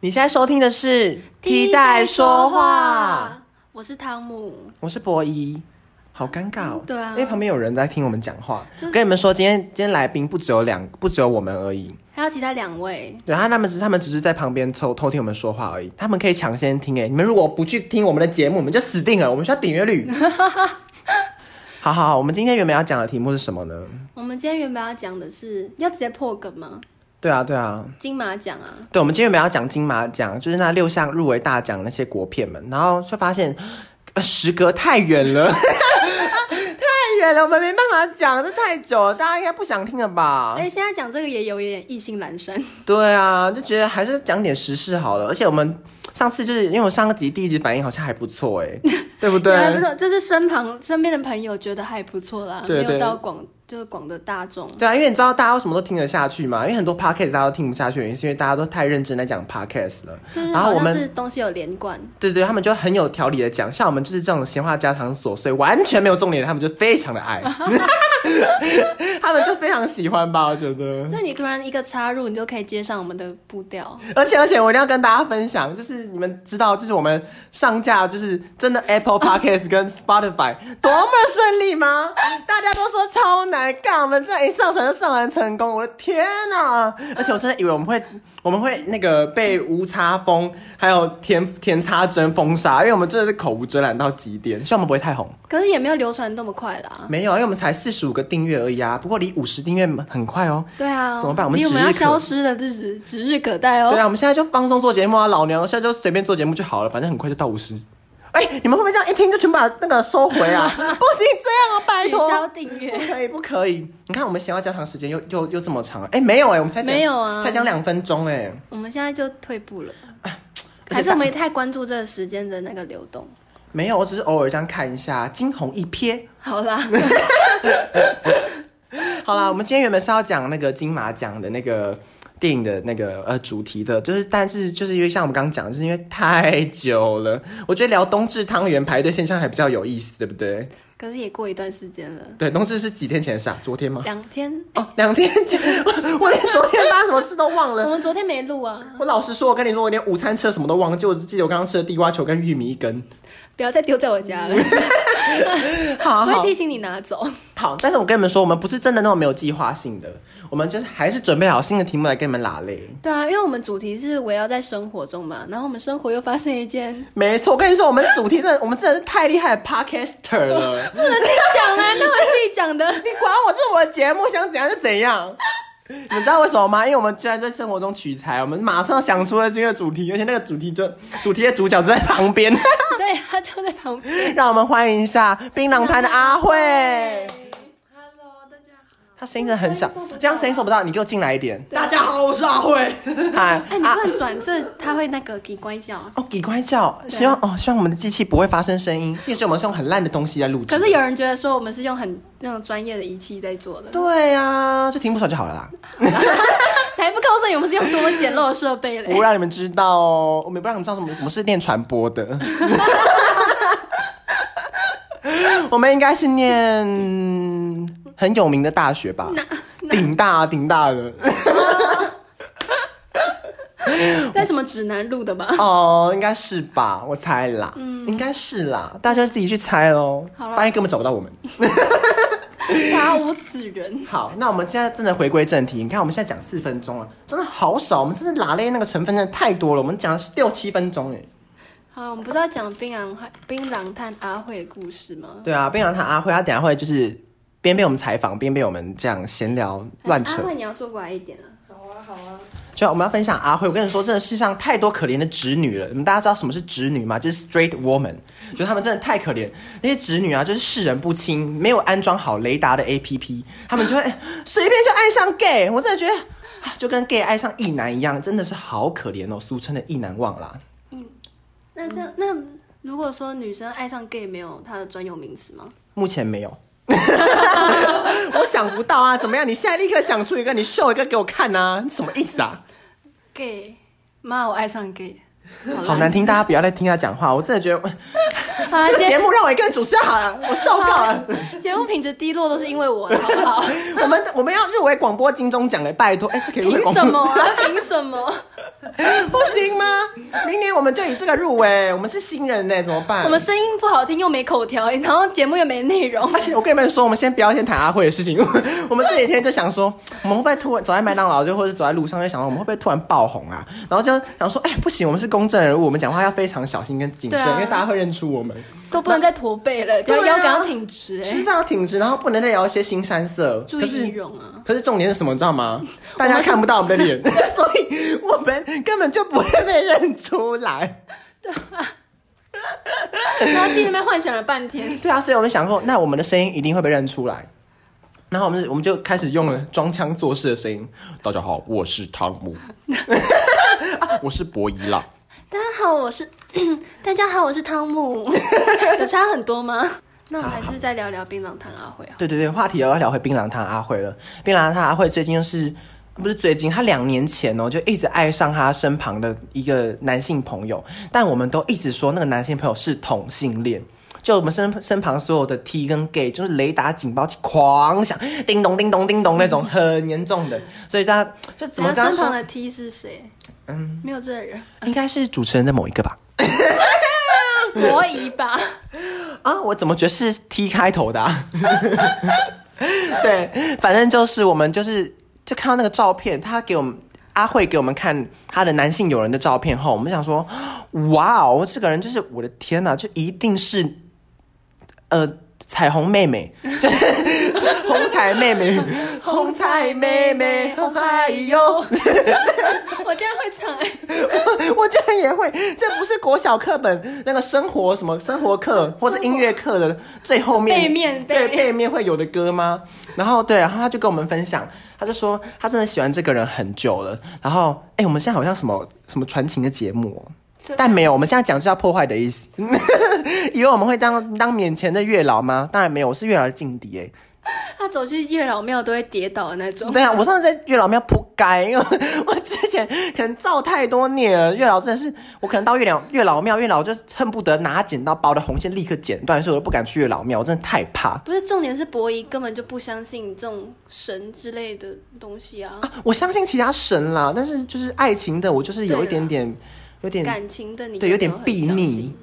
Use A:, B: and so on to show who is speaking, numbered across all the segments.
A: 你现在收听的是《
B: T
A: 在
B: 在
A: 说话》，
B: 说话，我是汤姆。
A: 我是博一，好尴尬、哦
B: 嗯对啊
A: 因为旁边有人在听我们讲话。
B: 嗯
A: 跟你们说，今天今天来宾不只有两，不只有我们而已。
B: 还有其他两位，
A: 然后他们只是他们只是在旁边偷偷听我们说话而已，他们可以抢先听哎、你们如果不去听我们的节目，你们就死定了，我们需要点阅 率。好好好，我们今天原本要讲的题目是什么呢？
B: 我们今天原本要讲的是要直接破梗吗？
A: 对啊，对啊，
B: 金马奖啊，
A: 对，我们今天原本要讲金马奖，就是那六项入围大奖那些国片们，然后就发现，呃，时隔太远了， 太远了，我们没办法讲，这太久了，大家应该不想听了吧？
B: 哎、现在讲这个也有一点意兴阑珊。
A: 对啊，就觉得还是讲点时事好了。而且我们上次就是因为我上个集第一集反应好像还不错哎、 对不对？
B: 还不错， 就是身旁身边的朋友觉得还不错啦，
A: 对
B: 没
A: 对
B: 有到广就是广的大众。
A: 对啊，因为你知道大家为什么都听得下去嘛？因为很多 podcast 大家都听不下去，原因是因为大家都太认真在讲 podcast 了。
B: 就是
A: 然后
B: 好
A: 我们
B: 像是东西有连贯，
A: 对对，他们就很有条理的讲，像我们就是这种闲话家常琐碎，完全没有重点的，他们就非常的爱， 他们就非常喜欢吧，我觉得。
B: 所以你突然一个插入，你就可以接上我们的步调。
A: 而且而且，我一定要跟大家分享，就是你们知道，就是我们上架，就是真的 Apple Podcast 跟 Spotify 多么顺利吗？大家都说超难干，我们这一上传就上传成功，我的天哪、而且我真的以为我们会我们会那个被无差风还有甜甜差针封杀，因为我们真的是口无遮拦到极点，希望我们不会太红。
B: 可是也没有流传那么快啦。
A: 没有，因为我们才四十五个订阅而已啊，不过离五十订阅很快哦。
B: 对啊，
A: 怎么办我们
B: 离我们
A: 指日
B: 要
A: 可
B: 消失的日子指日可待哦。
A: 对啊，我们现在就放松做节目啊，老娘现在就随便做节目就好了，反正很快就到五十。哎、你们会不会这样一听就全把那个收回 啊？不行，这样啊，拜
B: 取消
A: 托，
B: 订
A: 不
B: 阅。
A: 可以，不可以。你看我们闲话家常时间又又又这么长，哎、没有哎、我们才讲
B: 没有啊
A: 才讲两分钟哎、
B: 我们现在就退步了，
A: 而且
B: 还是我们也太关注这个时间的那个流动。
A: 没有，我只是偶尔这样看一下，惊鸿一瞥。
B: 好啦，
A: 好
B: 嗯
A: 啦，我们今天原本是要讲那个金马奖的那个电影的那个呃主题的，就是但是就是因为像我们刚刚讲，就是因为太久了，我觉得聊冬至汤圆排队现象还比较有意思，对不对？
B: 可是也过一段时间了，
A: 对，冬至是几天前的事啊？昨天吗？
B: 两天。
A: 哦，两天前， 我我连昨天发生什么事都忘
B: 我
A: 了。
B: 们昨天没录啊，
A: 我老实说，我跟你说，我连午餐吃了什么都忘记，我只记得我刚刚吃的地瓜球跟玉米一根。
B: 不要再丢在我家了，
A: 好
B: 我
A: 嗯好
B: 会提醒你拿走。
A: 好，但是我跟你们说，我们不是真的那种没有计划性的，我们就是还是准备好新的题目来跟你们拉嘞。
B: 对啊，因为我们主题是围绕在生活中嘛，然后我们生活又发生 一件
A: 没错，我跟你说，我们主题真的，我们真的是太厉害的 podcaster 了。
B: 不能自己讲啊，那我自己讲的。
A: 你管我，这是我的节目，想怎样就怎样。你知道为什么吗？因为我们居然在生活中取材，我们马上想出了这个主题，而且那个主题就主题的主角就在旁边。
B: 对，他就在旁边。
A: 让我们欢迎一下槟榔摊的阿慧。
C: Hello，大家好。
A: 她声音真的很小，这样声音收不到，你给我进来一点。
C: 大家好，我是阿慧。
A: 嗨，
B: 哎，你
A: 啊
B: 不能转，这他会那个给关掉。
A: 哦，给乖叫，希望哦，希望我们的机器不会发生声音，因为我们是用很烂的东西在录制。
B: 可是有人觉得说我们是用很那种专业的仪器在做的，
A: 对啊，就听不爽就好了 啦，
B: 才不告诉你我们是用多简陋的设备嘞
A: 我。让你们知道哦，我们不让你们知道什么，我们是念传播 的。我们应该是念很有名的大学吧，顶大啊顶大的。
B: 在什么指南录的吧？
A: 哦，应该是吧，我猜啦，嗯，应该是啦，大家自己去猜喽。
B: 好啦
A: 发现根本找不到我们。
B: 查无此人。
A: 好，那我们现在真的回归正题，你看我们现在讲四分钟了，真的好少，我们真是拉嘞那个成分真的太多了，我们讲了六七分钟哎。
B: 好，我们不是要讲槟榔槟榔探阿慧的故事吗？
A: 对啊，边让他阿慧，他等一下会就是边被我们采访，边被我们这样闲聊乱扯
B: 哎阿。慧，你要坐过来一点啊。
C: 好啊，好啊。
A: 就我们要分享阿啊慧，我跟你说，真的世上太多可怜的直女了。你们大家知道什么是直女吗？就是 straight woman，就是她们真的太可怜。那些直女啊，就是世人不清，没有安装好雷达的 APP，她们就会哎随便就爱上 gay。我真的觉得，啊就跟 gay 爱上异男一样，真的是好可怜哦，俗称的异男忘啦。
B: 那
A: 嗯
B: 这那如果说女生爱上 gay 没有她的专有名词吗？
A: 目前没有。 我想不到啊，怎么样？你现在立刻想出一个，你秀一个给我看啊？你什么意思啊？
B: gay，妈，我爱上 gay。
A: 好难听，大家不要再听他讲话。我真的觉得
B: 好啦，
A: 这个节
B: 节
A: 目让啊我一个人主持好了，我受够了。
B: 节目品质低落都是因为我的，好 不好？
A: 我们我们要入围广播金钟奖哎，拜托，哎、这可以入围
B: 凭
A: 广
B: 什
A: 播
B: 么啊？凭什么？
A: 不行吗？明年我们就以这个入围，我们是新人呢、怎么办？
B: 我们声音不好听又没口条，然后节目又没内 容
A: 而，且我跟你们说，我们先不要先谈阿慧的事情。 我们这几天就想说，我们会不会突然走在麦当劳，就或者走在路上，就想说我们会不会突然爆红啊？然后就想说，哎、不行，我们是公正人物，我们讲话要非常小心跟谨慎，
B: 对啊
A: 因为大家会认出我们。
B: 都不能再驼背了，
A: 对啊
B: 要腰杆要挺直、
A: 吃
B: 哎，
A: 饭要挺直，然后不能再聊一些新山色。
B: 注
A: 可
B: 意仪
A: 是，
B: 容啊。
A: 可是重点是什么，你知道吗？ 大家看不到我们的脸， 所以我们根本就不会被认出来。
B: 然后自己那边幻想了半 天，
A: 对啊，所以我们想说，那我们的声音一定会被认出来。然后我们我们就开始用了装腔作势的声音。大家好，我是汤 姆，啊我是博伊啦。
B: 大家好，我 是大家好，我是汤 姆，有差很多吗？ 那我们还是再聊聊槟榔啊摊阿慧好了。
A: 对对对，话题又要聊回槟榔摊阿慧了。槟榔摊阿慧最近就是不是最近，她两年前哦就一直爱上她身旁的一个男性朋友，但我们都一直说那个男性朋友是同性恋。就我们身身旁所有的 T 跟 gay，就是雷达警报器狂响，叮咚叮咚叮咚那种很严重的，所以大家就怎么
B: 等
A: 跟她
B: 下身旁
A: 说，
B: 的 T 是谁？嗯，没有这个人，
A: 应该是主持人的某一个吧？嗯
B: 博仪 吧？
A: 啊，我怎么觉得是 T 开头的、啊？ 对，反正就是我们就是就看到那个照片，他给我们阿慧给我们看他的男性友人的照片后，我们想说，哇哦，这个人就是我的天呐，就一定是呃彩虹妹妹， 就是红彩妹妹，红彩妹妹，红海哟。
B: 我竟然会唱哎、
A: 我居然也会，这不是国小课本那个生活什么生活课或是音乐课的最后面
B: 背面
A: 对
B: 背
A: 背面会有的歌吗？然后对，然后他就跟我们分享，他就说他真的喜欢这个人很久了。然后哎，我们现在好像什么什么传情的节目、哦
B: 是，
A: 但没有，我们现在讲是要破坏的意思， 以为我们会当当免钱的月老吗？当然没有，我是月老的劲敌哎、
B: 他走去月老庙都会跌倒的那种。
A: 对啊，我上次在月老庙扑街，因为我之前可能造太多孽了。月老真的是，我可能到月老月老庙，月老就是恨不得拿剪刀把我的红线立刻剪断，所以我都不敢去月老庙，我真的太怕。
B: 不是重点是博仪根本就不相信这种神之类的东西啊，
A: 我相信其他神啦，但是就是爱情的，我就是有一点点，有点
B: 感情的你
A: 对有点
B: 没很
A: 避
B: 相
A: 逆
B: 信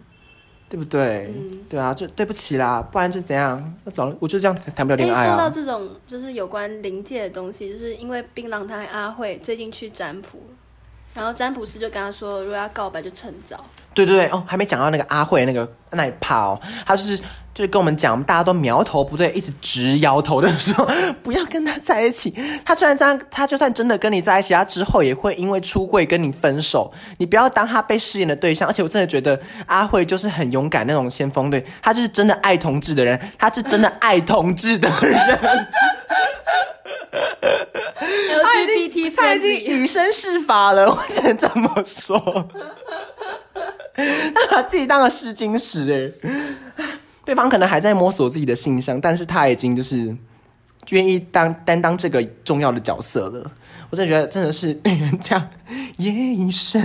A: 对不对？
B: 嗯
A: 对啊，就对不起啦，不然就怎样？老我就这样谈不了
B: 哎、
A: 恋爱
B: 说到
A: 啊。
B: 这种就是有关灵界的东西，就是因为槟榔摊阿慧最近去占卜，然后占卜师就跟他说，如果要告白就趁早。
A: 对对对，哦，还没讲到那个阿慧那个那一趴哦，他就是就是跟我们讲，我们大家都苗头不对，一直直摇头的说不要跟他在一起。他虽然这样，他就算真的跟你在一起，他之后也会因为出柜跟你分手。你不要当他被试验的对象。而且我真的觉得阿慧就是很勇敢那种先锋队，他就是真的爱同志的人，他是真的爱同志的人。 他已
B: LGBT
A: 经他已经
B: friendly，
A: 以身试法了， 我只能这么说。 他把自己当了试金石哎、对方可能还在摸索自己的性向，但是他已经就是愿意当担当这个重要的角色了。我真的觉得真的是令人家夜已深，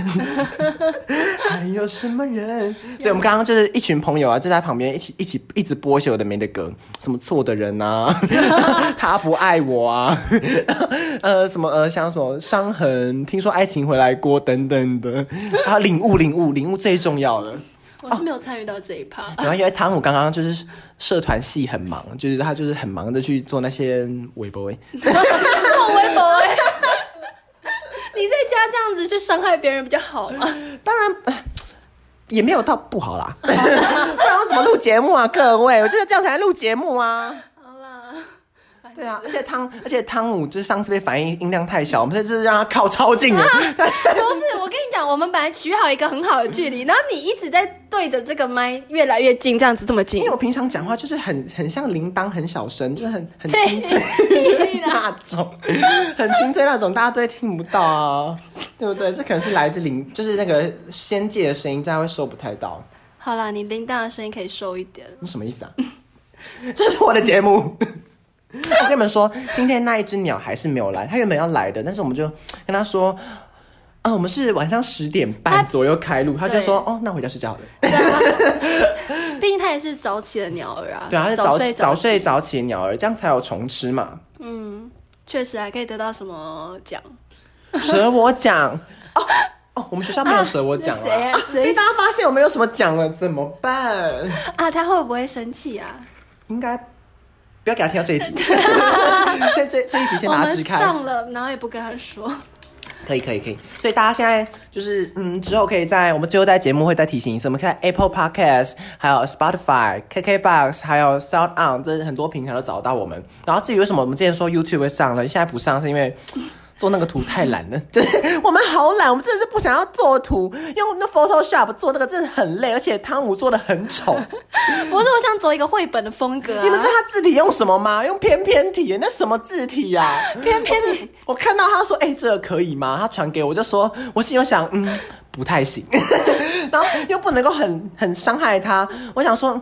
A: 还有哎什么人？所以我们刚刚就是一群朋友啊，就在旁边一起一起一直播一些有的没的歌，什么错的人啊，他不爱我啊， 呃，什么呃，像什么伤痕，听说爱情回来过等等的，啊，领悟领悟领悟最重要了。
B: 我是没有参与到这一趴。
A: 然后因为汤姆刚刚就是社团系很忙，就是他就是很忙的去做那些微博，
B: 好微博哎、你在家这样子去伤害别人比较好吗？
A: 当然。呃也没有到不好啦，不 然我怎么录节目啊？各位，我觉得这样才能录节目啊。
B: 好啦，
A: 对啊，而且汤，而且汤姆就是上次被反应音量太小，我们现在就是让他靠超近
B: 啊
A: 了。
B: 不是，我跟你讲，我们本来取好一个很好的距离，然后你一直在对着这个麦越来越近，这样子这么近
A: 因为，我平常讲话就是很很像铃铛，很小声，就是很很
B: 对
A: 清脆 那种，很清脆那种，大家都会听不到啊，对不对？这可能是来自铃，就是那个仙界的声音，大家会收不太到。
B: 好啦，你铃铛的声音可以收一点。
A: 你什么意思啊？ 这是我的节目。 我跟你们说，今天那一只鸟还是没有来，它原本要来的，但是我们就跟它说，啊，我们是晚上十点半
B: 它
A: 左右开录，它就说，
B: 对
A: 哦，那回家睡觉了。
B: 对啊，毕竟它也是早起的鸟儿啊。
A: 对啊，它是
B: 早
A: 早起
B: 早
A: 早睡，早起的鸟儿，这样才有虫吃嘛。
B: 确实还可以得到什么奖？
A: 蛇我奖。哦哦，我们学校没有舍我奖
B: 啊
A: 了、
B: 那谁啊
A: 被
B: 谁
A: 大家发现我们有什么奖了，怎么办？
B: 啊，他会不会生气啊？
A: 应该不要给他听到 这一集， 这这这一集先
B: 我
A: 把它
B: 们
A: 支开。
B: 上了，然后也不跟他说。
A: 可以可以可以，所以大家现在就是嗯，之后可以在我们最后在节目会再提醒一次，我们看 Apple Podcast，还有 Spotify、KKBox，还有 Sound On 这很多平台都找得到我们。然后至于为什么我们之前说 YouTube 会上呢？现在不上是因为。 做那个图太懒了， 就是我们好懒，我们真的是不想要做图，用那 Photoshop 做那个真的很累，而且汤姆做的很丑。
B: 我说我想走一个绘本的风格、啊，
A: 你们知道他字体用什么吗？用偏偏体耶，那什么字体呀、
B: 偏偏你
A: 我看到他说：“哎、这个可以吗？”他传给我，我就说，我心里想，嗯，不太行， 然后又不能够很很伤害他。我想说，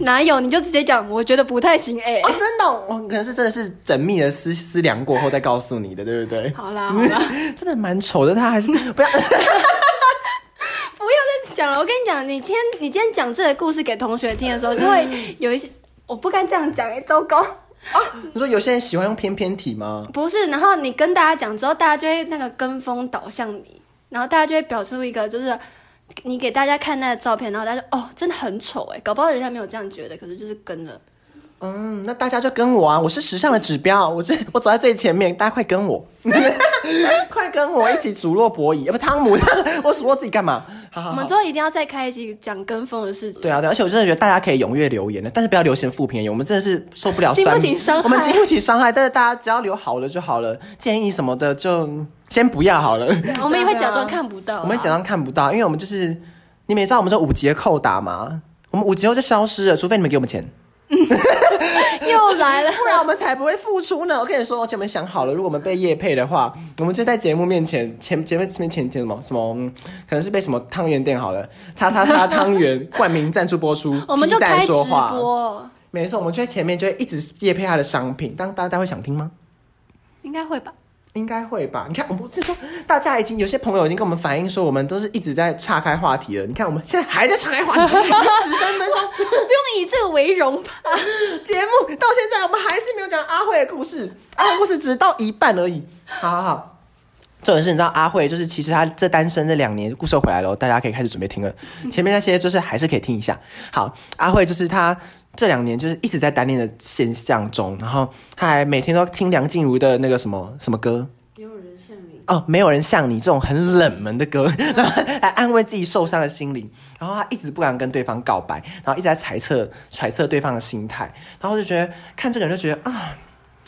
B: 哪有？你就直接讲，我觉得不太行哎、
A: 哦，真的，我可能是真的是缜密的思思量过后再告诉你的，对不对？
B: 好啦好啦，
A: 真的蛮丑的，他还是不要。
B: 不要再讲了。我跟你讲，你今天你今天讲这个故事给同学听的时候，就会有一些我不该这样讲哎、糟糕，
A: 你说有些人喜欢用偏偏体吗？
B: 不是。然后你跟大家讲之后，大家就会那个跟风导向你，然后大家就会表出一个就是。你给大家看那个照片，然后大家就哦，真的很丑哎，搞不好人家没有这样觉得，可是就是跟了。
A: 嗯，那大家就跟我啊，我是时尚的指标，我是我走在最前面，大家快跟我， 快跟我一起数落博弈，啊不汤姆， 我数落自己干嘛？好好
B: 我
A: 好
B: 们之后一定要再开一集讲跟风的事情。
A: 对啊，对啊，而且我真的觉得大家可以踊跃留言的，但是不要留言负评，我们真的是受不了
B: 经不
A: 酸
B: 起伤害
A: 我们经不起伤害，但是大家只要留好了就好了，建议什么的就先不要好了。
B: 我们也会
A: 对啊
B: 假装看不到啊、
A: 我们假装看不到，因为我们就是你们也知道我们这五节扣打嘛，我们五节后就消失了，除非你们给我们钱，
B: 又 来了。
A: 不然我们才不会付出呢。我跟你说，而且我们想好了，如果我们被业配的话，我们就在节目面前前节目面前前什么什么、嗯可能是被什么汤圆店好了，叉叉叉汤 圆冠名赞助播出，
B: 我们就
A: 批赞
B: 开直
A: 说话
B: 播，
A: 没错，我们就在前面就会一直夜配他的商品，但大家会想听吗？
B: 应该会吧？
A: 应该会吧？你看，我不是说大家已经有些朋友已经跟我们反映说，我们都是一直在岔开话题了。你看，我们现在还在岔开话题，十三分钟
B: 不用以这个为荣吧？
A: 节目到现在，我们还是没有讲阿慧的故事，阿慧的故事只到一半而已。好好好，重点是你知道阿慧就是其实她这单身这两年故事回来了，大家可以开始准备听了。前面那些就是还是可以听一下。好，阿慧就是她这两年就是一直在单恋的现象中，然后她还每天都听梁静茹的那个什么什么歌。
C: 没有人像你，
A: 哦，没有人像你这种很冷门的歌， 然后来安慰自己受伤的心灵。然后他一直不敢跟对方告白，然后一直在猜测揣测对方的心态，然后就觉得看这个人就觉得啊。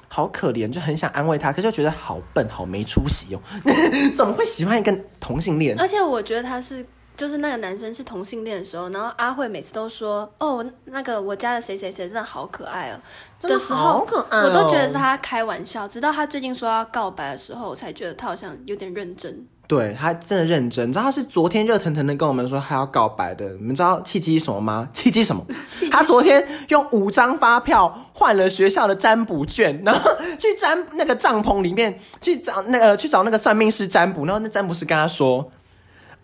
A: 好可怜，就很想安慰他，可是又觉得好笨，好没出息哦！ 怎么会喜欢一个同性恋？
B: 而且我觉得他是，就是那个男生是同性恋的时候，然后阿慧每次都说，哦，那个我家的谁谁谁真的好可爱哦。
A: 真的
B: 时
A: 好
B: 候，
A: 可爱哦
B: 我都觉得是他开玩笑，直到他最近说要告白的时候，我才觉得他好像有点认真。
A: 对他真的认真，你知道他是昨天热腾腾的跟我们说他要告白的，你们知道契机是什么吗？ 契机是什么？
B: 契机
A: 他昨天用五张发票换了学校的占卜券，然后去占那个帐篷里面去找那个去找那个算命师占卜，然后那占卜师跟他说。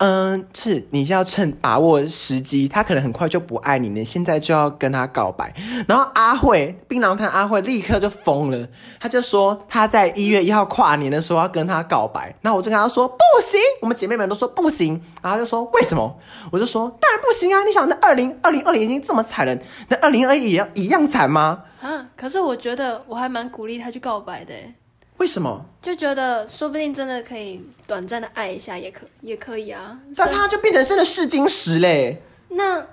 A: 嗯，是你要趁把握时机，他可能很快就不爱你，你现在就要跟他告白。然后阿慧，槟榔摊阿慧立刻就疯了，他就说他在一月一号跨年的时候要跟他告白。那我就跟他说不行，我们姐妹们都说不行，然后他就说为什么？我就说当然不行啊！你想那二零二零二零已经这么惨了，那二零二一也要一样惨吗？
B: 啊，可是我觉得我还蛮鼓励他去告白的，欸
A: 为什么？
B: 就觉得说不定真的可以短暂的爱一下，也可也可以啊。
A: 那他就变成真的试金石嘞。
B: 那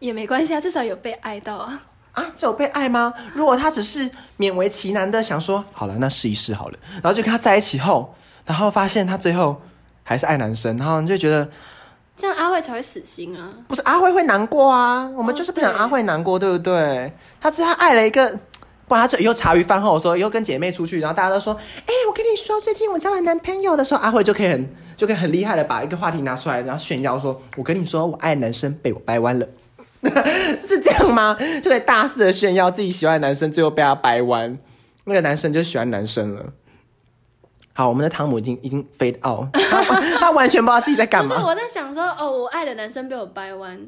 B: 也没关系啊，至少有被爱到啊。
A: 啊，这有被爱吗？如果他只是勉为其难的想说，好了，那试一试好了，然后就跟他在一起后，然后发现他最后还是爱男生，然后你就觉得
B: 这样阿慧才会死心啊！
A: 不是阿慧会难过啊，我们就是不想
B: 哦对
A: 阿慧难过，对不对？他最后爱了一个。不然他就以后茶余饭后的时候，以后跟姐妹出去，然后大家都说：“哎、我跟你说，最近我交了男朋友的时候，阿慧就可以很就可以很厉害的把一个话题拿出来，然后炫耀说：我跟你说，我爱的男生被我掰弯了。” 是这样吗？就在大肆的炫耀自己喜欢的男生，最后被他掰弯，那个男生就喜欢男生了。好，我们的汤姆已经已经 fade out，他他完全不知道自己在干
B: 不是
A: 嘛。
B: 我在想说，哦，我爱的男生被我掰弯，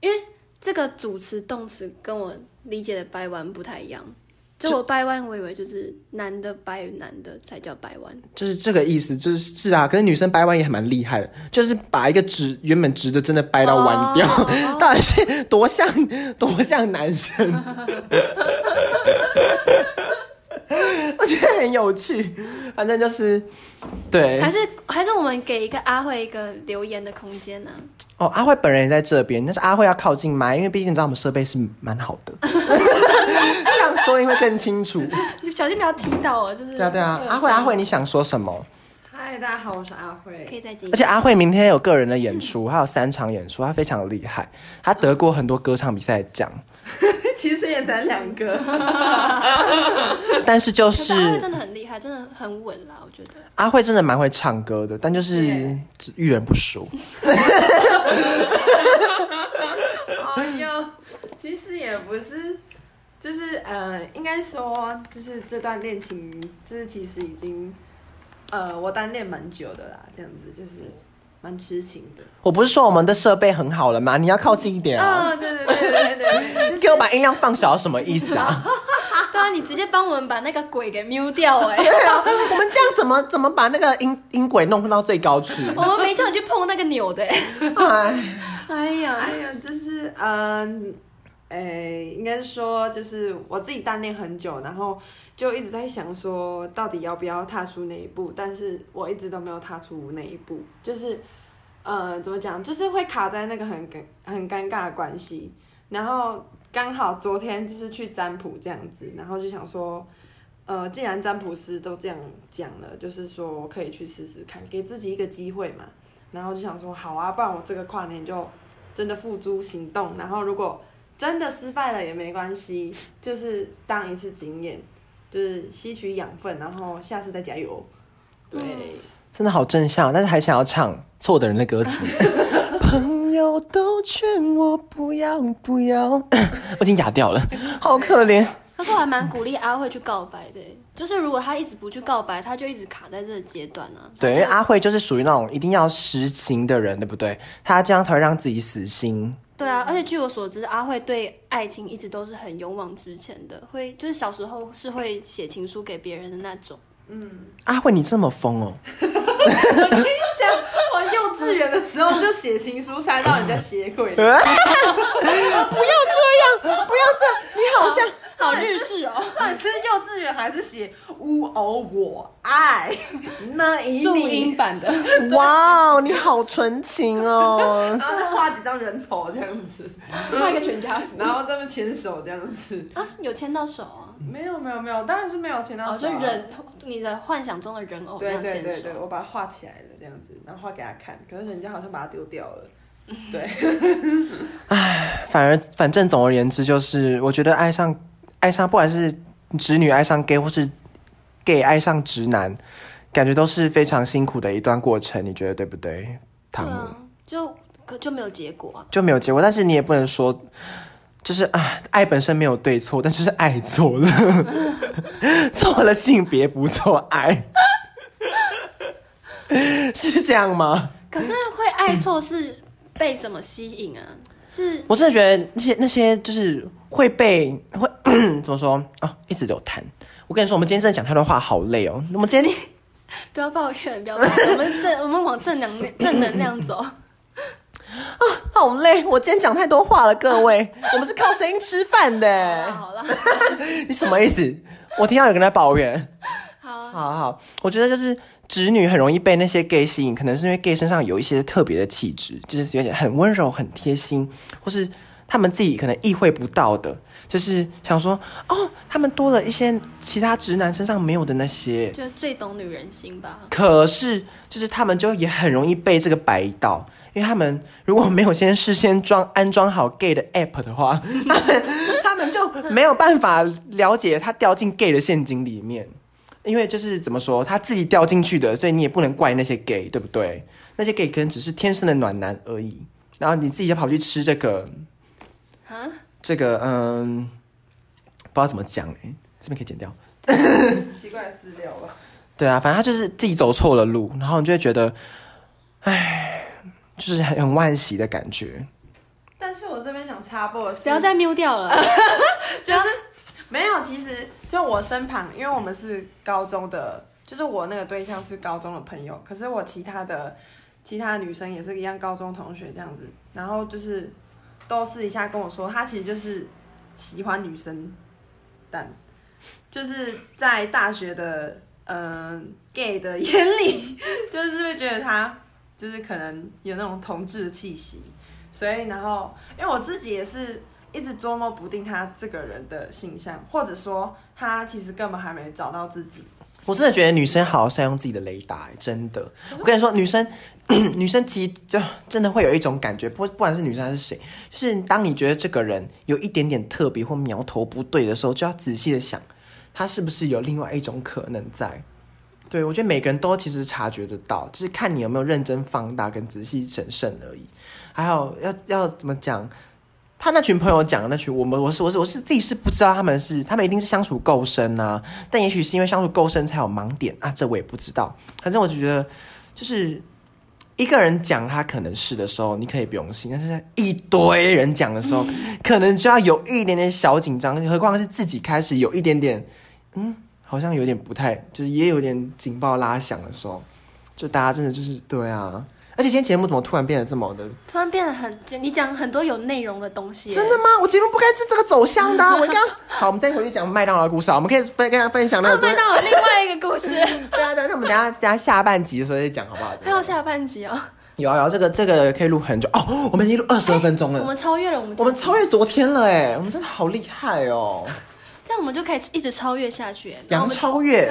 B: 因为这个主词动词跟我理解的掰弯不太一样。就我掰弯，我以为就是男的掰男的才叫掰弯，
A: 就是这个意思，就是是啊，可是女生掰弯也还蛮厉害的，就是把一个直原本直的真的掰到弯掉，
B: 哦哦
A: 到底是多像多像男生？ 我觉得很有趣，反正就是对
B: 还是还是我们给一个阿慧一个留言的空间啊呢、
A: 哦。阿慧本人也在这边，但是阿慧要靠近麦，因为毕竟你知道我们设备是蛮好的， 这样说音会更清楚。
B: 你小心不要踢到哦，就是
A: 对啊对啊，阿慧阿慧，你想说什么？
C: 嗨，大家好，我是阿
B: 可
C: 慧。
B: 以再进
A: 而。且阿慧明天有个人的演出，还有三场演出，她非常厉害，她得过很多歌唱比赛的奖，
C: 其实也才两个，
A: 但是就
B: 可是阿慧
A: 是
B: 真的很厉害，真的很稳啦，我觉得。
A: 阿慧真的蛮会唱歌的，但就是
C: 对
A: 只遇人不淑。
C: 哎呦，其实也不是，就是呃，应该说，就是这段恋情，就是其实已经，呃，我单恋蛮久的啦，这样子就是蛮痴情的。
A: 我不是说我们的设备很好了吗？你要靠近一点啊！
C: 啊，对对对对对对，
B: 嗯
C: 就是
A: 给我把音量放小，什么意思啊？
B: 对啊，你直接帮我们把那个鬼给 mute 掉哎、
A: 对啊，我们这样怎么怎么把那个音音轨弄到最高去？
B: 我们没叫你去碰那个钮的、欸。
A: 哎，
B: 哎呀，
C: 哎呀， 就是嗯，哎、应该是说就是我自己单恋很久，然后就一直在想说，到底要不要踏出那一步？但是我一直都没有踏出那一步，就是呃，怎么讲，就是会卡在那个很尴很尴尬的关系。然后刚好昨天就是去占卜这样子，然后就想说。呃，既然占卜师都这样讲了，就是说我可以去试试看，给自己一个机会嘛。然后就想说，好啊，不然我这个跨年就真的付诸行动，然后如果真的失败了也没关系，就是当一次经验，就是吸取养分，然后下次再加油。对，
A: 真的好正向，但是还想要唱错的人的歌词。 朋友都劝我不要不要， 我已经哑掉了，好可怜。
B: 可是我还蛮鼓励阿慧去告白的欸、就是如果她一直不去告白，她就一直卡在这个阶段啊。
A: 对，因为阿慧就是属于那种一定要实情的人，对不对？她这样才会让自己死心。
B: 对啊，而且据我所知，阿慧对爱情一直都是很勇往直前的，会就是小时候是会写情书给别人的那种。
A: 阿慧，你这么疯哦！
C: 像我幼稚园的时候就写情书塞到人家鞋柜
A: 不，要这样，不要这样，你好像
B: 好日式 哦，
C: 到底是幼稚园还是写乌偶我爱那一
B: 注
C: 你，
B: 音 版的。
A: 哇哦，你好纯情 哦！
C: 然后就画几张人头这样子，
B: 画一个全家福
C: 然后这么牵手这样子。
B: 啊，有牵到手啊，
C: 没有没有没有，当然是没有牵到
B: 哦，
C: 手
B: 就
C: 啊、
B: 人你的幻想中的人偶那
C: 对
B: 样
C: 对
B: 牵
C: 对
B: 手
C: 对，。我把它画起来了这样子，然后画给他看，可是人家好像把它丢掉了。对，
A: 反而，反正总而言之，就是我觉得爱上爱上，不管是直女爱上 gay，或是 gay 爱上直男，感觉都是非常辛苦的一段过程，你觉得对不对，汤
B: 对
A: 姆？
B: 啊，就可就没有结果啊。
A: 就没有结果，但是你也不能说，就是啊，爱本身没有对错，但就是爱错了， 错了性别不错爱， 是这样吗？
B: 可是会爱错是被什么吸引啊？是
A: 我真的觉得那些那些就是会被会 怎么说啊，一直都有谈。我跟你说，我们今天真的讲太多话，好累哦。我们今天
B: 不要抱怨，不要抱怨，我们正我们往正能量正能量走。
A: 好累，我今天讲太多话了，各 位，我们是靠声音吃饭的。
B: 好了，
A: 你什么意思？我听到有个人在抱怨。
B: 好，
A: 好好，我觉得就是直女很容易被那些 gay 吸引，可能是因为 gay 身上有一些特别的气质，就是有点很温柔、很贴心，或是他们自己可能意会不到的，就是想说哦，他们多了一些其他直男身上没有的那些。
B: 就是最懂女人心吧。
A: 可是，就是他们就也很容易被这个摆到，因为他们如果没有先事先装安装好 gay 的 app 的话，他们他们就没有办法了解他掉进 gay 的陷阱里面。因为就是怎么说，他自己掉进去的，所以你也不能怪那些 gay，对不对？那些 gay 可能只是天生的暖男而已，然后你自己就跑去吃这个
B: 啊，
A: 这个，嗯，不知道怎么讲哎、这边可以剪掉。
C: 奇怪的私聊吧。
A: 对啊，反正他就是自己走错了路，然后你就会觉得，唉，就是很很惋惜的感觉。
C: 但是我这边想插播的是，
B: 不要再 mute 掉了。
C: 就是 没有，其实就我身旁，因为我们是高中的，就是我那个对象是高中的朋友，可是我其他的其他女生也是一样高中同学这样子，然后就是都私底下跟我说，她其实就是喜欢女生，但就是在大学的嗯、呃 gay 的眼里，就是会觉得她就是可能有那种同志的气息，所以然后因为我自己也是一直捉摸不定他这个人的形象，或者说他其实根本还没找到自己。
A: 我真的觉得女生好好善用自己的雷达、欸真的。我跟你说，女生 女生极就真的会有一种感觉，不不管是女生还是谁，就是当你觉得这个人有一点点特别或苗头不对的时候，就要仔细的想，他是不是有另外一种可能在。对，我觉得每个人都其实察觉得到，就是看你有没有认真放大跟仔细审慎而已。还有要要怎么讲？他那群朋友讲的那群，我们我是我是我是自己是不知道他们是他们一定是相处够深啊，但也许是因为相处够深才有盲点啊，这我也不知道。反正我就觉得，就是一个人讲他可能是的时候，你可以不用信；但是一堆人讲的时候，
B: 嗯
A: 可能就要有一点点小紧张，何况是自己开始有一点点，嗯，好像有点不太，就是也有点警报拉响的时候，就大家真的就是对啊。而且今天节目怎么突然变得这么的？
B: 突然变得很，你讲很多有内容的东西耶，啊
A: 真的吗？我节目不该是这个走向的啊、我应该 好，我们再回去讲麦当劳的故事啊，我们可以分跟大家分享那
B: 啊
A: 个。
B: 麦当劳另外一个故事，
A: 对啊，对啊，那我们等一下等一下下半集的时候再讲好不好？
B: 还有下半集哦，
A: 有啊有啊，这个这个可以录很久哦，我们已经录二十二分钟了，
B: 我们超越了我们，
A: 我们超，越昨天了哎，我们真的好厉害 哦，
B: 这样我们就可以一直超越下去耶。欸然
A: 杨
B: 后我们
A: 超 越，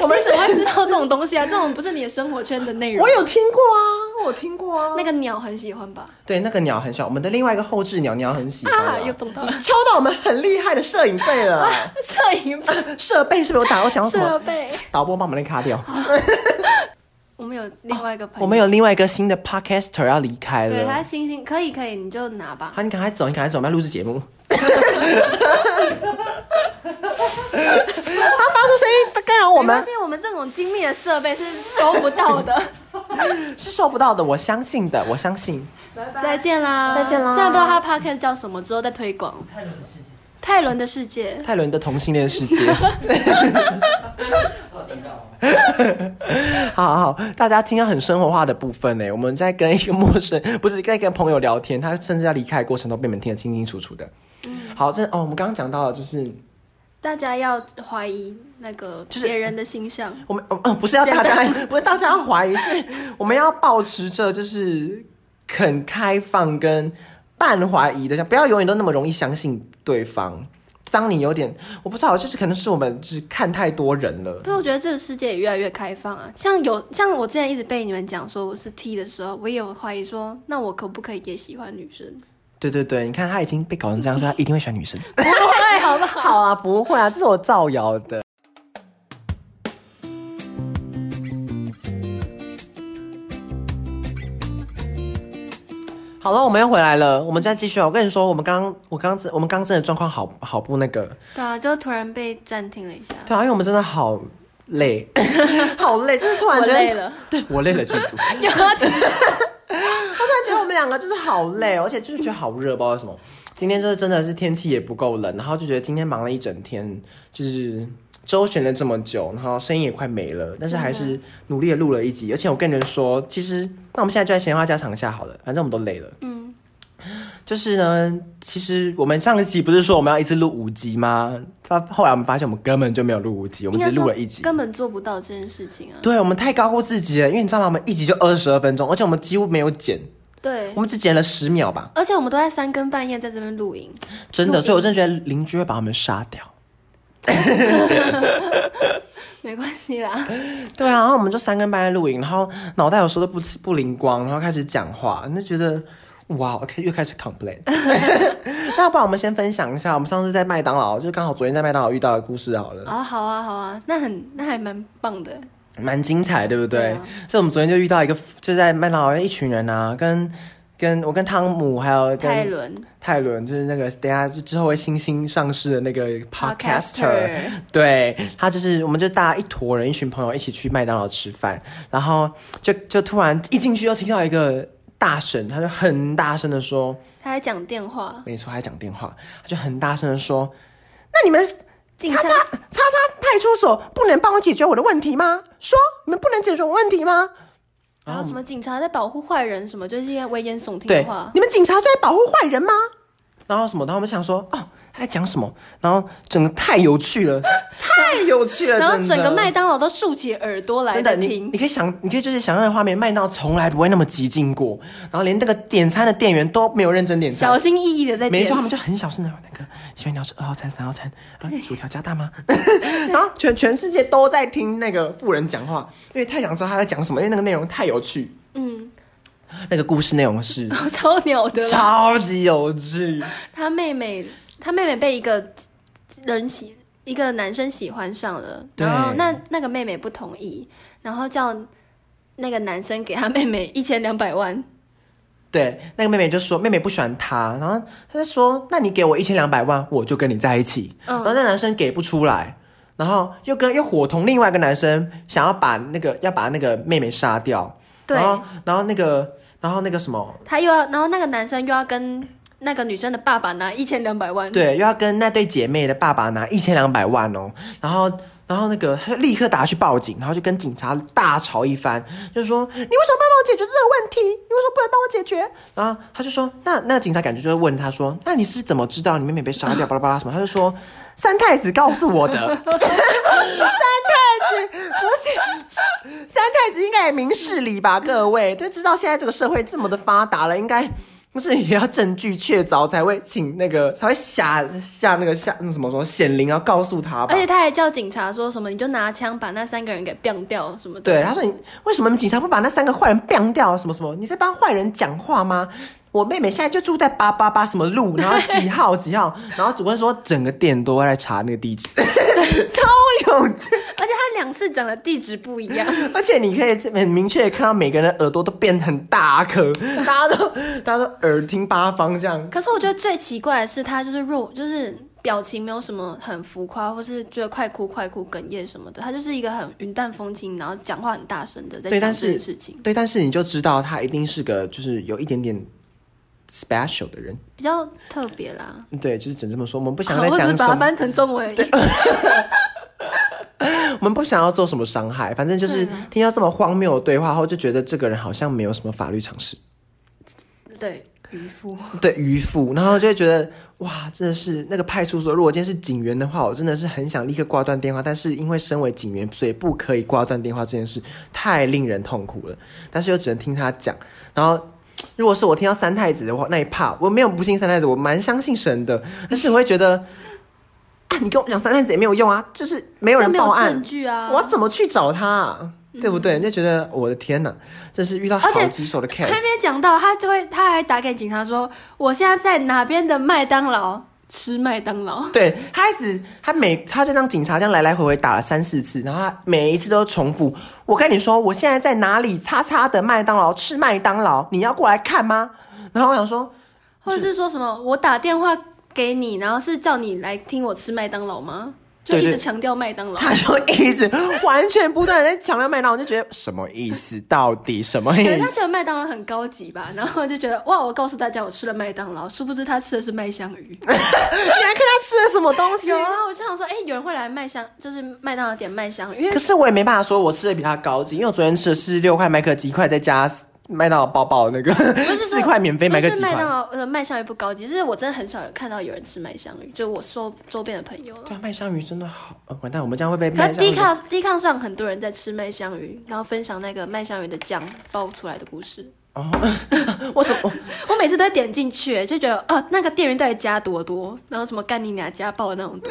A: 我们
B: 为
A: 是
B: 什么会知道这种东西啊？这种不是你的生活圈的内容。
A: 我有听过啊，我有听过啊，
B: 那个鸟很喜欢吧？
A: 对那个鸟很小，我们的另外一个后置鸟鸟很喜欢啊
B: 啊，又动到了
A: 敲到我们很厉害的摄影费了，
B: 摄影
A: 设备是不是有打？我讲啊到什
B: 设
A: 么？
B: 备。哦
A: 导播帮我们那卡掉。
B: 我们有另外一个朋
A: 哦
B: 友，
A: 我们有另外一个新的 podcaster 要离开
B: 对他
A: 了，
B: 星星可以可以，你就拿吧。
A: 好，啊你赶快走，你赶快走，我们要录制节 目。他发出声音干扰我
B: 没关
A: 们
B: 系，我们这种精密的设备是收不到 的。
A: 是收不到的，我相信的，我相信。
C: 拜拜
B: 再见啦，
A: 再见啦
B: 虽然不知道他 podcast 叫什么，之后再推广。泰伦的世界，
A: 泰伦的同性恋世 界。好好，好，大家听到很生活化的部分呢。我们在跟一个陌生，不是在跟朋友聊天，他甚至在离开的过程都被你们听得清清楚楚的。
B: 嗯
A: 好，这哦，我们刚刚讲到了，就是
B: 大家要怀疑那个
A: 是
B: 别人的形象。
A: 我们嗯、呃不是要大家，不是大家怀疑，是我们要保持着就是肯开放跟半怀疑的，不要永远都那么容易相信对方。当你有点我不知道，就是可能是我们就是看太多人了
B: 可。是我觉得这个世界也越来越开放啊，像有像我之前一直被你们讲说我是 T 的时候，我也有怀疑说，那我可不可以也喜欢女生？
A: 对对对，你看他已经被搞成这样，所以他一定会喜欢女生。
B: 不会，好不好？
A: 好啊，不会啊，这是我造谣的。好了，我们又回来了，我们再继续啊。我跟你说，我们刚刚，我刚刚真，我们刚刚真的状况好好不那个，
B: 对啊，就突然被暂停了 一下，
A: 对啊，因为我们真的好 累，好累，就是突然
B: 我
A: 觉得，
B: 累了，
A: 对我累了，剧组，
B: 有啊要停
A: 我突然觉得我们两个就是好累，哦而且就是觉得好热，不知道为什么。今天就是真的是天气也不够冷，然后就觉得今天忙了一整天，就是周旋了这么久，然后声音也快没了，但是还是努力的录了一集。而且我跟你们说，其实那我们现在就在闲话家常一下好了，反正我们都累了。嗯，就是呢，其实我们上一集不是说我们要一次录五集吗？他后来我们发现我们根本就没有录五集，我们只录了一集。
B: 根本做不到这件事情啊。
A: 对，我们太高估自己了，因为你知道吗？我们一集就二十二分钟，而且我们几乎没有剪，
B: 对
A: 我，们只剪了十秒吧。
B: 而且我们都在三更半夜在这边 录音，
A: 真的，
B: 录
A: 所以我真的觉得邻居会把他们杀掉。
B: 没关系啦。
A: 对啊，然后我们就三更半夜录影，然后脑袋有时候都不不灵光，然后开始讲话，你就觉得哇，OK，又开始 complain。那不然我们先分享一下，我们上次在麦当劳，就是刚好昨天在麦当劳遇到的故事好了，
B: 啊，好啊，好啊，那很那还蛮棒的。
A: 蛮精彩，对不对？
B: 对啊
A: 所以我们昨天就遇到一个，就在麦当劳一群人啊，跟跟我跟汤姆还有跟
B: 泰伦
A: 泰伦，就是那个等一下就之后会新兴上市的那个 podcaster。
B: Podcaster
A: 对他就是，我们就大家一坨人，一群朋友一起去麦当劳吃饭，然后就就突然一进去又听到一个。大声，他就很大声的说，
B: 他还讲电话，
A: 没错，他在讲电话，他就很大声的说，那你们
B: 警
A: 叉
B: 察
A: 叉叉叉派出所不能帮我解决我的问题吗？说你们不能解决我问题吗？
B: 然后什么警察在保护坏人，什么就是一些危言耸听的
A: 对
B: 话，。
A: 你们警察是在保护坏人吗？然后什么？然后我们想说，哦，他在讲什么？然后整个太有趣 了，太有趣了，
B: 然后整
A: 真
B: 个
A: 的
B: 麦当劳都竖起耳朵来
A: 真的，
B: 在
A: 你
B: 听
A: 你，可以想，你可以就是想象的画面，麦当劳从来不会那么激进过，然后连那个点餐的店员都没有认真点餐
B: 小，心翼翼的在
A: 没
B: 点
A: 错，。他们就很小声的那个，请问你要吃二号餐、三号餐，啊，薯条加大吗？ 然后全全世界都在听那个富人讲话，因为太想知道他在讲什么，因为那个内容太有趣。
B: 嗯，
A: 那个故事内容是
B: 超牛的啦。
A: 超级有趣，
B: 他妹妹，他妹妹被一个人喜，一个男生喜欢上了，
A: 对
B: 然后那那个妹妹不同意，然后叫那个男生给他妹妹一千两百万，
A: 哦对，那个妹妹就说妹妹不喜欢他，然后他就说那你给我一千两百万，我就跟你在一起。
B: 嗯
A: 然后那男生给不出来，然后又跟又伙同另外一个男生想要把那个要把那个妹妹杀掉。
B: 对
A: 然后然后那个然后那个什么，
B: 他又要，然后那个男生又要跟那个女生的爸爸拿一千两百万，
A: 对，又要跟那对姐妹的爸爸拿一千两百万哦，然后。然后那个他就立刻打去报警，然后就跟警察大吵一番，就说你为什么不帮我解决这个问题？你为什么不能帮我解决？然后他就说，那那警察感觉就会问他说，那你是怎么知道你妹妹被杀掉？巴拉巴拉什么？他就说三太子告诉我的， 三太子不是三太子应该也明事理吧？各位就知道现在这个社会这么的发达了，应该。不是也要证据确凿才会请那个才会下下那个下那什么说显灵，然后啊告诉他吧。
B: 而且他还叫警察说什么，你就拿枪把那三个人给毙掉什么的。
A: 对，他说你为什么你警察不把那三个坏人毙掉？什么什么？你在帮坏人讲话吗？我妹妹现在就住在八八八什么路，然后几号几号，然后主任说整个店都在查那个地址，超有趣。
B: 而且他两次讲的地址不一样，
A: 而且你可以很明确的看到每个人的耳朵都变得很大颗，大家都大家都耳听八方这样。
B: 可是我觉得最奇怪的是，他就是若就是表情没有什么很浮夸，或是觉得快哭快哭哽咽什么的，他就是一个很云淡风轻，然后讲话很大声的在
A: 对
B: 讲
A: 但
B: 这件
A: 是
B: 事情，
A: 对，但是你就知道他一定是个就是有一点点 special 的人。
B: 比较特别啦。
A: 对，就是只能这么说。我们不想再
B: 我只
A: 讲
B: 是把
A: 什
B: 它
A: 么，
B: 翻成中文而已。
A: 我们不想要做什么伤害。反正就是听到这么荒谬的对话后，就觉得这个人好像没有什么法律常识，
B: 对，渔夫。
A: 对渔夫，然后就会觉得哇，真的是那个派出所。如果今天是警员的话，我真的是很想立刻挂断电话，但是因为身为警员，所以不可以挂断电话这件事太令人痛苦了。但是又只能听他讲，然后。如果是我听到三太子的话，那一怕我没有不信三太子，我蛮相信神的，但是我会觉得，啊，你跟我讲三太子也没有用啊，就是没有
B: 这
A: 人
B: 没
A: 报
B: 有
A: 案，
B: 证据啊！嗯
A: 我怎么去找他、啊对不对？你就觉得我的天哪，真是遇到好
B: 而且
A: 棘手的
B: 还
A: case。
B: 没讲到，他就会他还打给警察说，我现在在哪边的麦当劳吃麦当劳。
A: 对，他一直他每他就让警察这样来来回回打了三四次，然后他每一次都重复。我跟你说，我现在在哪里？叉叉的麦当劳吃麦当劳，你要过来看吗？然后我想说，
B: 或者是说什么我打电话给你，然后是叫你来听我吃麦当劳吗？就
A: 对
B: 一
A: 对
B: 直强调麦当劳。
A: 他就一直 完全不断的在强调麦当劳，我就觉得什么意 思？到底什么意
B: 对，他
A: 思？
B: 觉得麦当劳很高级吧，然后就觉得哇，我告诉大家我吃了麦当劳，殊不知他吃的是麦香鱼。
A: 哎你还看他吃了什么东西
B: 有？啊，我就想说，哎、有人会来麦香，就是麦当劳点麦香鱼，因 为
A: 可是我也没办法说我吃的比他高级，因为我昨天吃的是六块麦克鸡块，再加麦当劳包包那个
B: 不是说
A: 四块免费麦克
B: 不
A: 鸡
B: 是麦
A: 块
B: 当。劳呃麦香鱼不高级，就是我真的很少有看到有人吃麦香鱼，就我周周边的朋友了。
A: 对啊，麦香鱼真的好，呃完蛋，我们这样会被
B: 可
A: 麦
B: 是
A: 香
B: D
A: 鱼。
B: 抗 D 抗上很多人在吃麦香鱼，然后分享那个麦香鱼的酱爆出来的故事。
A: 哦 我什么？
B: 我每次都会点进去，就觉得哦，那个店员到底加多多，然后什么干你俩家暴的那种多。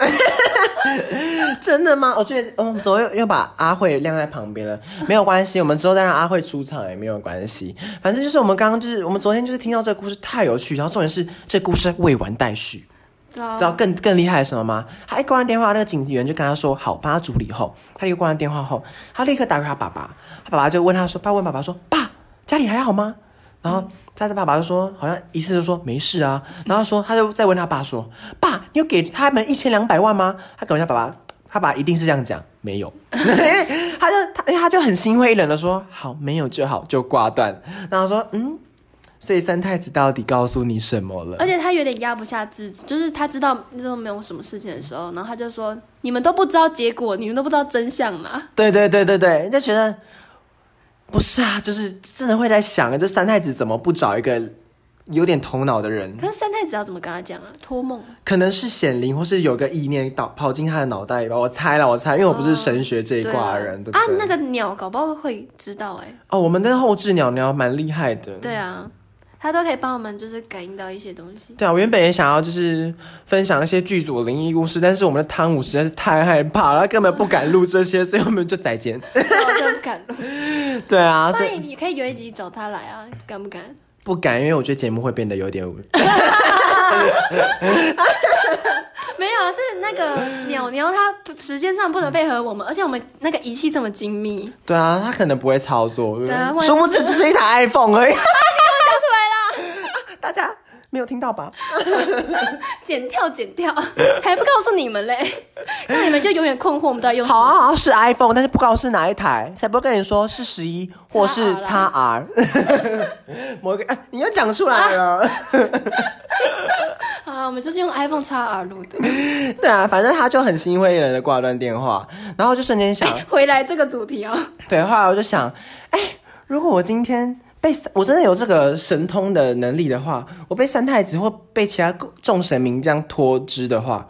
A: 真的吗？我觉得，嗯，我们怎么又又把阿慧晾在旁边了？没有关系，我们之后再让阿慧出场也没有关系。反正就是我们刚刚就是我们昨天就是听到这个故事太有趣，然后重点是这故事未完待续。
B: 对啊
A: 知道更更厉害的是什么吗？他一挂完电话，那个警员就跟他说：“好，帮他处理后。”他立刻挂完电话后，他立刻打给他爸爸，他爸爸就问他说：“爸问爸爸说，爸，家里还好吗？”然后他的爸爸就说：“好像一次就说没事啊。”然后说他就再问他爸说：“爸，你有给他们一千两百万吗？”他给问他爸爸，他爸一定是这样讲，没有。 他就他他就很心灰意冷的说：“好，没有就好，就挂断。”然后说：“嗯，所以三太子到底告诉你什么了？
B: 而且他有点压不下自，就是他知道那种没有什么事情的时候，然后他就说：“你们都不知道结果，你们都不知道真相嘛。
A: 对对对对对，人家觉得不是啊，就是真的会在想，这三太子怎么不找一个有点头脑的”人？
B: 可是三太子要怎么跟他讲啊？托梦，
A: 可能是显灵，或是有个意念导跑进他的脑袋里吧。我猜了，我猜，因为我不是神学这一挂的人，对
B: 啊
A: 不对？，
B: 那个鸟搞不好会知道哎、
A: 哦，我们的后置鸟鸟蛮厉害的。
B: 对啊，他都可以帮我们就是感应到一些东 西。
A: 对啊，我原本也想要就是分享一些剧组的灵异故事，但是我们的汤姆实在是太害怕了，他根本不敢录这些，所以我们就再 见。
B: 我真敢录，
A: 对啊，
B: 不
A: 所以
B: 然你可以有一集找他来啊，敢不敢？
A: 不敢，因为我觉得节目会变得有点无。
B: 没有，啊是那个鸟鸟，它时间上不能配合我们，而且我们那个仪器这么精密，
A: 对啊，他可能不会操作，对不
B: 对啊
A: 对
B: 万一
A: 殊不知这是一台 iPhone 而已。
B: 跳出来啦！
A: 大家没有听到吧？
B: 剪掉，剪掉，才不告诉你们嘞，那你们就永远困惑我们到底用什
A: 好
B: 么。
A: 啊，好啊，是 iPhone，但是不知道是哪一台，才不会跟你说是十一或是
B: XR
A: 叉 R。某一个，哎，你又讲出来
B: 啊
A: 了。
B: 好啦，我们就是用 iPhone x R 录的。
A: 对啊，反正他就很心灰意冷的挂断电话，然后就瞬间想，
B: 回来这个主题啊、
A: 对，后来我就想，哎，如果我今天被三我真的有这个神通的能力的话，我被三太子或被其他众神明这样拖枝的话，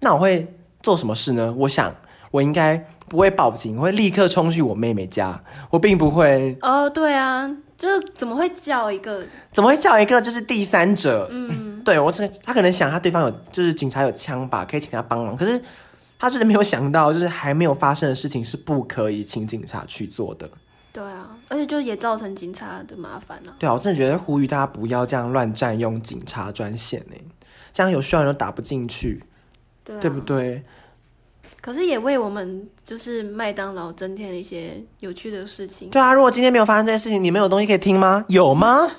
A: 那我会做什么事呢？我想，我应该不会报警，我会立刻冲去我妹妹家，我并不会
B: 哦，对啊，就是怎么会叫一个？
A: 怎么会叫一个就是第三者？嗯，对我只他可能想他对方有就是警察有枪吧，可以请他帮忙，可是。他就是没有想到，就是还没有发生的事情是不可以请警察去做的。
B: 对啊，而且就也造成警察的麻烦啊。
A: 对啊，我真的觉得呼吁大家不要这样乱占用警察专线呢，这样有需要人都打不进去，
B: 对啊，
A: 对不对？
B: 可是也为我们就是麦当劳增添了一些有趣的事情。
A: 对啊，如果今天没有发生这件事情，你们有东西可以听吗？有吗？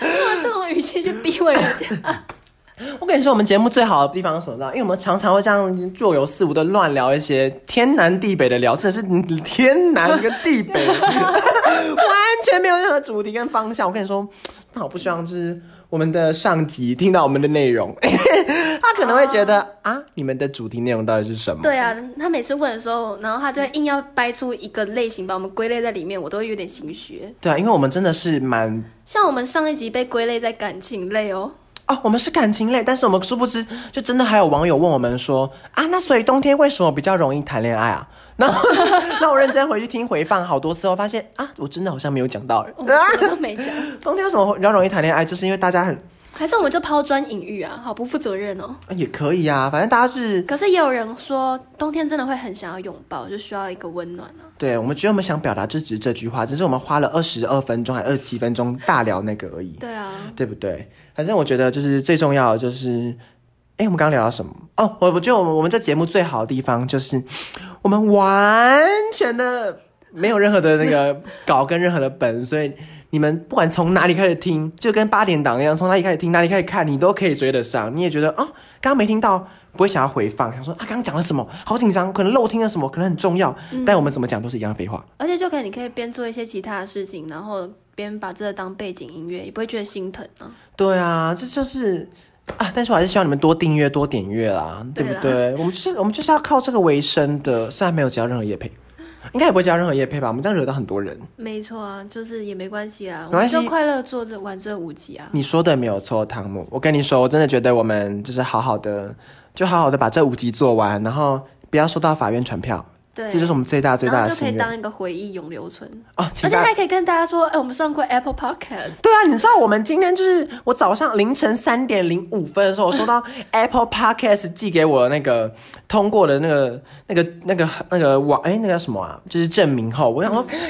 B: 用这种语气去逼问人家，
A: 我跟你说，我们节目最好的地方是什么呢？因为我们常常会这样若有似无的乱聊一些天南地北的聊，真的是天南跟地北， 完全没有任何主题跟方向。我跟你说，那我不希望就是我们的上级听到我们的内容， 他可能会觉得、啊，你们的主题内容到底是什么？
B: 对啊，他每次问的时候，然后他就会硬要掰出一个类型把我们归类在里面，我都会有点心虚。
A: 对啊，因为我们真的是蛮
B: 像我们上一集被归类在感情类哦，
A: 哦，我们是感情类，但是我们殊不知，就真的还有网友问我们说啊，那所以冬天为什么比较容易谈恋爱啊？ 然后，那我认真回去听回放好多次后，发现啊，我真的好像没有讲到、
B: 哦我
A: 欸，
B: 们什么都没讲，
A: 冬天为什么比较容易谈恋爱，就是因为大家很、
B: 还是我们就抛砖引玉啊，好不负责任哦。
A: 啊也可以啊，反正大家就是
B: 可是也有人说，冬天真的会很想要拥抱，就需要一个温暖啊。
A: 对我们觉得我们想表达就只是这句话，只是我们花了二十二分钟还二十七分钟大聊那个而已，
B: 对啊，
A: 对不对？反正我觉得就是最重要的就是，哎，我们刚刚聊到什么？哦，我我觉得我们我们这节目最好的地方就是，我们完全的没有任何的那个稿跟任何的本，所以你们不管从哪里开始听，就跟八点档一样，从哪里开始听，哪里开始看，你都可以追得上。你也觉得啊、哦刚刚没听到。不会想要回放，想说啊，刚刚讲了什么？好紧张，可能漏听了什么，可能很重要，但我们怎么讲都是一样的废话。
B: 而且就可以，你可以边做一些其他的事情，然后边把这个当背景音乐，也不会觉得心疼啊。
A: 对啊，这就是啊，但是我还是希望你们多订阅、多点阅啦，对
B: 对
A: 不
B: 啦
A: 对？我们就是我们就是要靠这个为生的，虽然没有接到任何业配，应该也不会接到任何业配吧？我们这样惹到很多人。
B: 没错啊，就是也没关系啊，
A: 没
B: 我
A: 关
B: 们
A: 系
B: 就快乐做着玩这五集啊。
A: 你说的没有错，汤姆，我跟你说，我真的觉得我们就是好好的，就好好的把这五集做完，然后不要收到法院传票，
B: 对，
A: 这就是我们最大最
B: 然
A: 大
B: 后
A: 的
B: 就可
A: 心
B: 以
A: 愿
B: 当一个回忆永留存，
A: 哦，
B: 而
A: 请
B: 且
A: 大家。
B: 还可以跟大家说，哎、我们上过 Apple Podcast。
A: 对啊，你知道我们今天就是我早上凌晨三点零五分的时候，我收 到 Apple Podcast 寄给我的那个通过的那个那个那个那个网哎、那个叫什么啊，就是证明后，我想 说，干，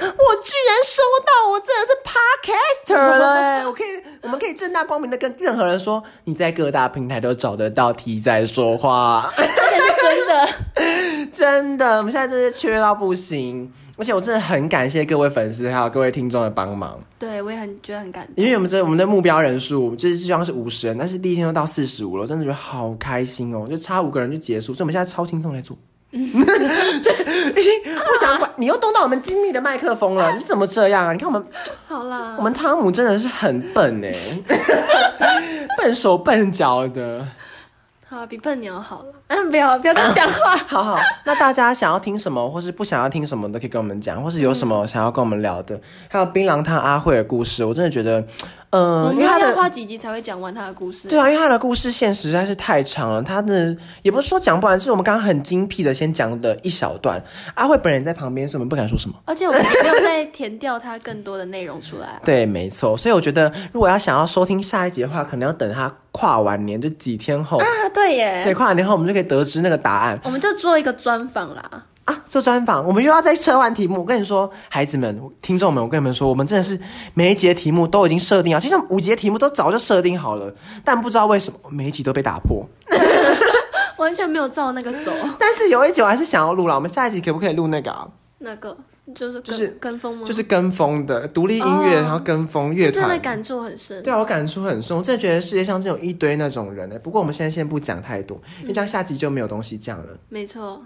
A: 我居然收到，我真的是 Podcaster 了、哎我可以， 我们可以正大光明的跟任何人说，你在各大平台都找得到 T 在说话。
B: 而且是真 的，
A: 真的，我们现在真是缺到不行，而且我真的很感谢各位粉丝还有各位听众的帮忙。
B: 对我也很觉得很感
A: 因为我们这我们的目标人数就是希望是五十人，但是第一天就到四十五了，我真的觉得 好开心哦，就差五个人就结束，所以我们现在超轻松来做，对，已经不想管，你又动到我们精密的麦克风了，你怎么这样啊？你看我们
B: 好啦
A: 我，们汤姆真的是很笨 哎、笨手笨脚的。
B: 好比笨鸟好了。 嗯，不要不要再讲话。
A: 好好，那大家想要听什么，或是不想要听什么的，可以跟我们讲，或是有什么想要跟我们聊的。还有槟榔汤阿慧的故事，我真的觉得，嗯、
B: 我
A: 因
B: 们
A: 为他
B: 要
A: 的
B: 花几集才会讲完他的故事。
A: 对啊，因为他的故事线实在是太长了，他的也不是说讲不完，是我们刚刚很精辟的先讲的一小段。阿慧本人在旁边，所以我们不敢说什么。。
B: 而且我们也没有再填掉它更多的内容出来啊
A: 对，没错。所以我觉得，如果要想要收听下一集的话，可能要等他跨完年，就几天后。
B: 啊，对耶，
A: 对，跨完年后我们就可以得知那个答案
B: 我们就做一个专 访啦。
A: 啊！做专访，我们又要再设完题目。我跟你说，孩子们、听众们，我跟你们说，我们真的是每一集的题目都已经设定好，其实我们五集的题目都早就设定好了，但不知道为什么每一集都被打破。
B: 完全没有照那个走，
A: 但是有一集我还是想要录了，我们下一集可不可以录那个、啊？
B: 那个就是跟
A: 就是
B: 跟风吗？
A: 就是跟风的独立音乐，
B: 哦
A: 然后跟风乐
B: 真的
A: 团。
B: 感触很深。
A: 对啊，我感触很深，我真的觉得世界上真有一堆那种人呢。欸不过我们现在先不讲太多，因为这样下集就没有东西讲了，
B: 没错。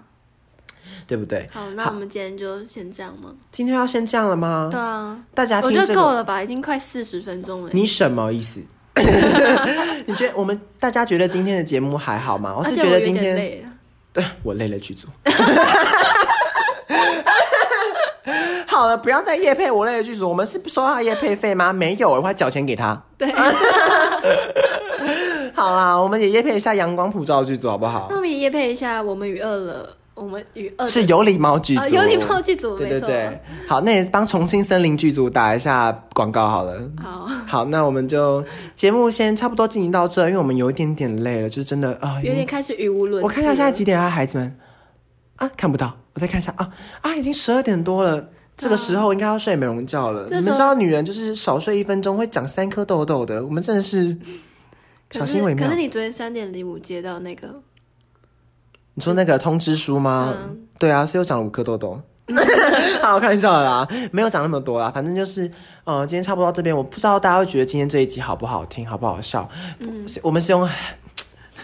A: 对不对？
B: 好，那我们今天就先这样吗？
A: 今天要先这样了吗？
B: 对啊，
A: 大家
B: 我
A: 听
B: 觉
A: 这
B: 得够
A: 个，
B: 了吧，已经快四十分钟了。
A: 你什么意思？ 你觉得我们大家觉得今天的节目还好吗？我
B: 而
A: 是
B: 且
A: 觉
B: 我
A: 得
B: 有
A: 今
B: 点
A: 天
B: 累了，
A: 对 我累了剧组。好了，不要再夜配我累了剧组。我们是收到夜配费吗？没有，我还缴钱给他。
B: 对。
A: 好啦，我们也夜配一下阳光普照剧组好不好
B: 那？我们也夜配一下《我们与恶了》，我们与恶的
A: 是有礼貌剧组，
B: 啊呃有礼貌剧组，
A: 对
B: 没
A: 对
B: 错。
A: 对，好，那也帮重庆森林剧组打一下广告好 了。
B: 好，
A: 好，那我们就节目先差不多进行到这，因为我们有一点点累了，就是真的啊，已
B: 有
A: 经
B: 点开始语无伦次了。
A: 我看一下现在几点啊，孩子们啊，看不到，我再看一下啊啊，已经十二点多了。这个时候应该要睡美容觉了。
B: 这
A: 你
B: 时候
A: 们知道女人就是少睡一分钟会长三颗痘痘的，我们真的是
B: 可
A: 小
B: 是
A: 心为妙
B: 可是。你昨天三点零五接到那个，
A: 你说那个通知书吗？
B: 嗯
A: 对啊，所以我长了五颗痘痘。 好，我开玩笑的啦，没有长那么多啦，反正就是，呃，今天差不多到这边，我不知道大家会觉得今天这一集好不好听，好不好笑。嗯，我们是用，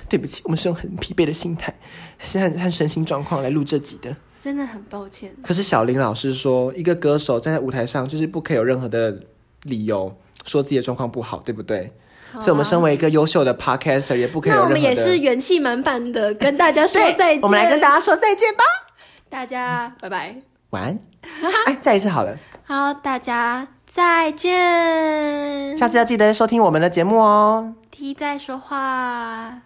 A: 对不起，我们是用很疲惫的心态，现在看身心状况来录这集的。
B: 真的很抱歉。
A: 可是小林老师说，一个歌手站在舞台上就是不可以有任何的理由说自己的状况不好，对不对？
B: 好啊
A: 所以，我们身为一个优秀的 podcaster，也不可以有
B: 那
A: 任
B: 我
A: 何的。
B: 们也是元气满满的，跟大家 说
A: 对
B: 再见。
A: 我们来跟大家说再见吧，
B: 大家拜拜。
A: 晚安。哎，再一次好 了。
B: 好，大家再见。
A: 下次要记得收听我们的节目哦。
B: T 在说话。